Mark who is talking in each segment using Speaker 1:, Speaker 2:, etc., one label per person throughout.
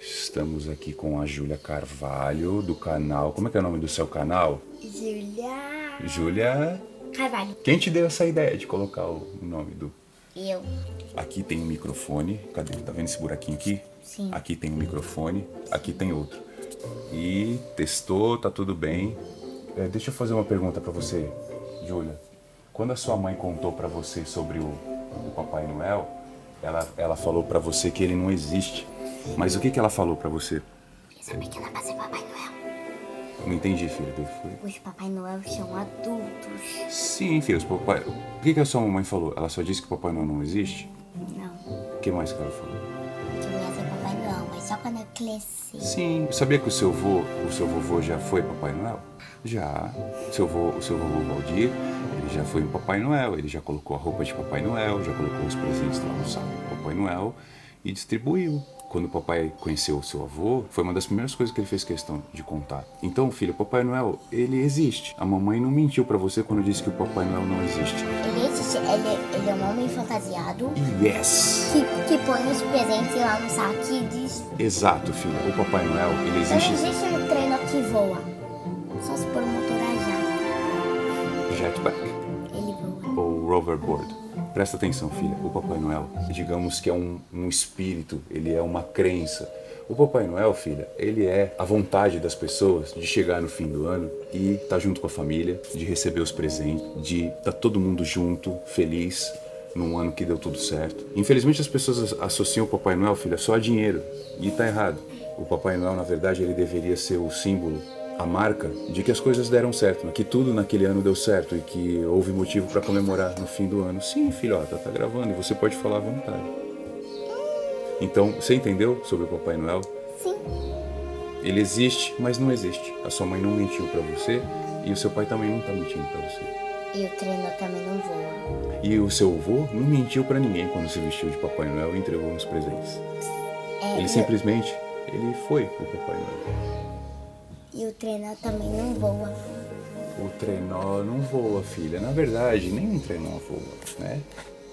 Speaker 1: Estamos aqui com a Júlia Carvalho do canal. Como é que é o nome do seu canal?
Speaker 2: Julia
Speaker 1: Júlia,
Speaker 2: Carvalho.
Speaker 1: quem te deu essa ideia de colocar o nome do
Speaker 2: Eu.
Speaker 1: Aqui tem um microfone. Cadê? Tá vendo esse buraquinho aqui?
Speaker 2: Sim.
Speaker 1: Aqui tem um microfone, aqui tem outro. E testou, tá tudo bem. É, deixa eu fazer uma pergunta pra você, Júlia. Quando a sua mãe contou pra você sobre o, o Papai Noel, ela, ela falou pra você que ele não existe. Mas o que, que ela falou pra você?
Speaker 2: Sabe que ela passa Papai Noel?
Speaker 1: Eu Não entendi, filho. Eu fui-
Speaker 2: Os Papai Noel são adultos.
Speaker 1: Sim, filho. os Papai... O que, que a sua mamãe falou? Ela só disse que o Papai Noel não existe?
Speaker 2: Não.
Speaker 1: O que mais que ela falou?
Speaker 2: Que eu ia ser Papai Noel, mas só quando eu crescer.
Speaker 1: Sim, sabia que o seu vô, o seu vovô já foi Papai Noel? Já. O seu vô, o seu vovô Valdir, ele já foi um Papai Noel, ele já colocou a roupa de Papai Noel, já colocou os presentes lá no saco do Papai Noel e distribuiu. Quando o papai conheceu o seu avô, foi uma das primeiras coisas que ele fez questão de contar. Então, filho, o Papai Noel, ele existe. A mamãe não mentiu pra você quando disse que o Papai Noel não existe.
Speaker 2: Ele existe, ele, ele é um homem fantasiado
Speaker 1: Yes!
Speaker 2: que, que põe os presentes lá no saco e diz.
Speaker 1: Exato, filho. O Papai Noel, ele
Speaker 2: Não
Speaker 1: existe.
Speaker 2: existe um treino que voa. Só se for um motor a
Speaker 1: Jetpack.
Speaker 2: jato. Ele voa.
Speaker 1: ou Roverboard. Presta atenção, filha. O Papai Noel, digamos que é um, um espírito, ele é uma crença. O Papai Noel, filha, ele é a vontade das pessoas de chegar no fim do ano e estar junto com a família, de receber os presentes, de estar todo mundo junto, feliz, num ano que deu tudo certo. Infelizmente, as pessoas associam o Papai Noel, filha, só a dinheiro. E tá errado. O Papai Noel, na verdade, ele deveria ser o símbolo a marca de que as coisas deram certo, né? que tudo naquele ano deu certo e que houve motivo pra comemorar no fim do ano. Sim, filhota, tá gravando e você pode falar à vontade. Então, você entendeu sobre o Papai Noel?
Speaker 2: Sim.
Speaker 1: Ele existe, mas não existe. A sua mãe não mentiu pra você e o seu pai também não tá mentindo pra você.
Speaker 2: E o treino também não voa.
Speaker 1: E o seu avô não mentiu pra ninguém quando se vestiu de Papai Noel e entregou uns presentes.
Speaker 2: É,
Speaker 1: Ele
Speaker 2: e-
Speaker 1: simplesmente, ele foi o Papai Noel.
Speaker 2: E o treino também não voa.
Speaker 1: O trenó não voa, filha. Na verdade, nenhum trenó voa, né?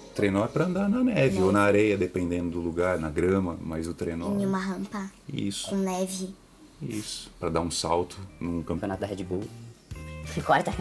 Speaker 1: O trenó é pra andar na neve ou na areia, dependendo do lugar, na grama, mas o trenó.
Speaker 2: Em uma rampa com
Speaker 1: Isso,
Speaker 2: neve.
Speaker 1: isso. Pra dar um salto num campo.
Speaker 3: campeonato da Red Bull. Corta.